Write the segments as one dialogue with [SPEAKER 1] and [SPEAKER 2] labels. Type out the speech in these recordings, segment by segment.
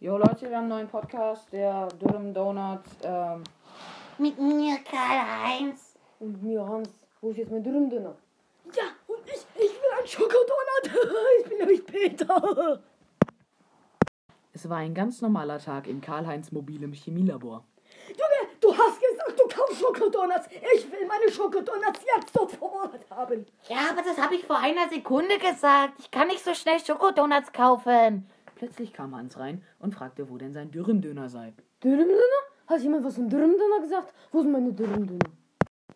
[SPEAKER 1] Jo Leute, wir haben einen neuen Podcast, der Dürrem Donuts. Ähm,
[SPEAKER 2] Mit mir Karl-Heinz.
[SPEAKER 3] Und mir Hans, wo ist jetzt mein Dürrendöner?
[SPEAKER 4] Ja, und ich, ich will einen Schokodonut. Ich bin nämlich Peter.
[SPEAKER 1] es war ein ganz normaler Tag in Karl-Heinz mobilem Chemielabor.
[SPEAKER 4] Junge, du hast gesagt, du kaufst Schokodonuts. Ich will meine Schokodonuts jetzt sofort haben.
[SPEAKER 2] Ja, aber das habe ich vor einer Sekunde gesagt. Ich kann nicht so schnell Schokodonuts kaufen.
[SPEAKER 1] Plötzlich kam Hans rein und fragte, wo denn sein Dürrem-Döner sei.
[SPEAKER 3] Dürrendöner? Hat jemand was von Dürrendöner gesagt? Wo sind meine Dürrendöner?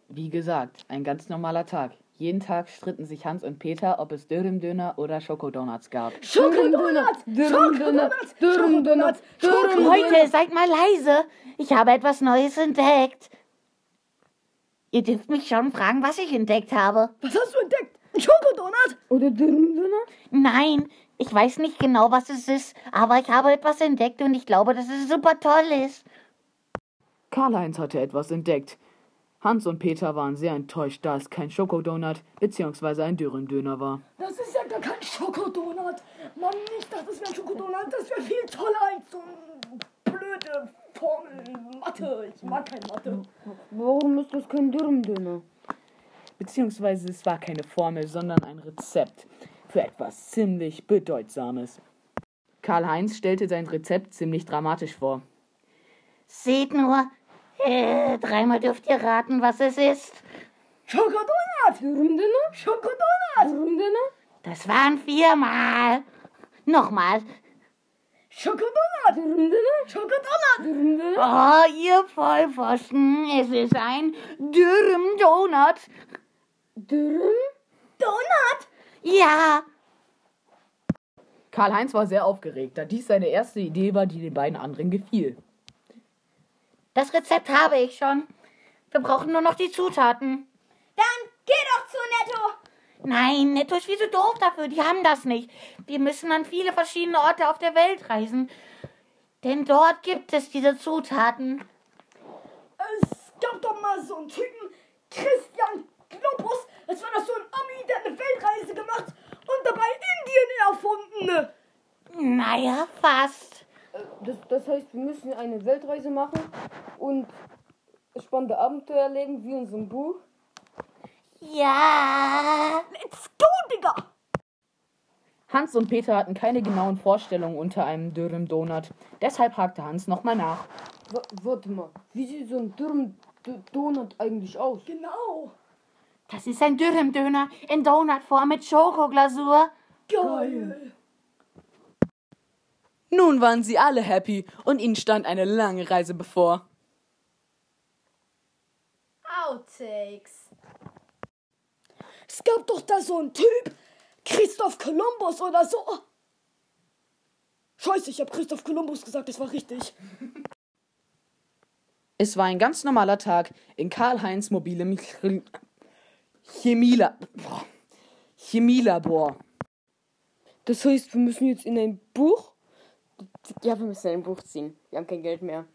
[SPEAKER 1] Wie gesagt, ein ganz normaler Tag. Jeden Tag stritten sich Hans und Peter, ob es Dürrem-Döner oder Schokodonuts gab.
[SPEAKER 4] Schokodonuts, Schokodonuts,
[SPEAKER 3] Dürrendöner, Dürrendöner,
[SPEAKER 4] Schokodonuts,
[SPEAKER 3] Dürrendöner.
[SPEAKER 2] Leute, seid mal leise. Ich habe etwas Neues entdeckt. Ihr dürft mich schon fragen, was ich entdeckt habe.
[SPEAKER 4] Was hast du entdeckt? Ein Schokodonut?
[SPEAKER 3] Oder Dürrendöner?
[SPEAKER 2] Nein, ich weiß nicht genau, was es ist, aber ich habe etwas entdeckt und ich glaube, dass es super toll ist.
[SPEAKER 1] Karl-Heinz hatte etwas entdeckt. Hans und Peter waren sehr enttäuscht, da es kein Schokodonut bzw. ein Dürrem-Döner war.
[SPEAKER 4] Das ist ja gar kein Schokodonut. Mann, ich dachte, das wäre ein Schokodonut. Das wäre viel toller als so eine blöde Formel Mathe. Ich mag keine Mathe.
[SPEAKER 3] Warum ist das kein Dürrendöner?
[SPEAKER 1] Beziehungsweise es war keine Formel, sondern ein Rezept für etwas ziemlich Bedeutsames. Karl-Heinz stellte sein Rezept ziemlich dramatisch vor.
[SPEAKER 2] Seht nur, äh, dreimal dürft ihr raten, was es ist.
[SPEAKER 4] Schokodonut!
[SPEAKER 3] Dürrendöner?
[SPEAKER 4] Schokodonut!
[SPEAKER 3] Dürrendöner?
[SPEAKER 2] Das waren viermal. Nochmal.
[SPEAKER 4] Schokodonut!
[SPEAKER 3] Dürrendöner?
[SPEAKER 4] Schokodonut!
[SPEAKER 3] Dürrendöner?
[SPEAKER 2] Oh, ihr Vollpfosten, es ist ein Dürrem Donut.
[SPEAKER 3] Dürrem?
[SPEAKER 4] Donut!
[SPEAKER 2] Ja,
[SPEAKER 1] Karl-Heinz war sehr aufgeregt, da dies seine erste Idee war, die den beiden anderen gefiel.
[SPEAKER 2] das Rezept habe ich schon. Wir brauchen nur noch die Zutaten.
[SPEAKER 4] Dann geh doch zu Netto!
[SPEAKER 2] Nein, Netto ist viel zu doof dafür, die haben das nicht. Wir müssen an viele verschiedene Orte auf der Welt reisen. Denn dort gibt es diese Zutaten.
[SPEAKER 4] Es gab doch mal so einen Typen, Christian Globus. Es war doch so ein Ami, der eine Weltreise gemacht und dabei Indien erfunden.
[SPEAKER 2] Naja, fast.
[SPEAKER 3] Das, das heißt, wir müssen eine Weltreise machen und spannende Abenteuer erleben, wie in so einem Buch.
[SPEAKER 2] Ja.
[SPEAKER 4] Let's go, Digga!
[SPEAKER 1] Hans und Peter hatten keine genauen Vorstellungen unter einem Dürrem-Donut. Deshalb hakte Hans nochmal nach.
[SPEAKER 3] Wa- warte mal, wie sieht so ein Dürrendonut eigentlich aus?
[SPEAKER 4] Genau.
[SPEAKER 2] Das ist ein Dürrem-Döner in Donutform mit Schokoglasur.
[SPEAKER 4] Geil.
[SPEAKER 5] Nun waren sie alle happy und ihnen stand eine lange Reise bevor.
[SPEAKER 6] Outtakes.
[SPEAKER 4] Es gab doch da so einen Typ, Christoph Kolumbus oder so. Oh. Scheiße, ich hab Christoph Kolumbus gesagt, das war richtig.
[SPEAKER 5] Es war ein ganz normaler Tag in Karl-Heinz mobilem Chl- Chemiela boah, Chemielabor.
[SPEAKER 3] Das heißt, wir müssen jetzt in ein Buch? Ja, wir müssen in ein Buch ziehen. Wir haben kein Geld mehr.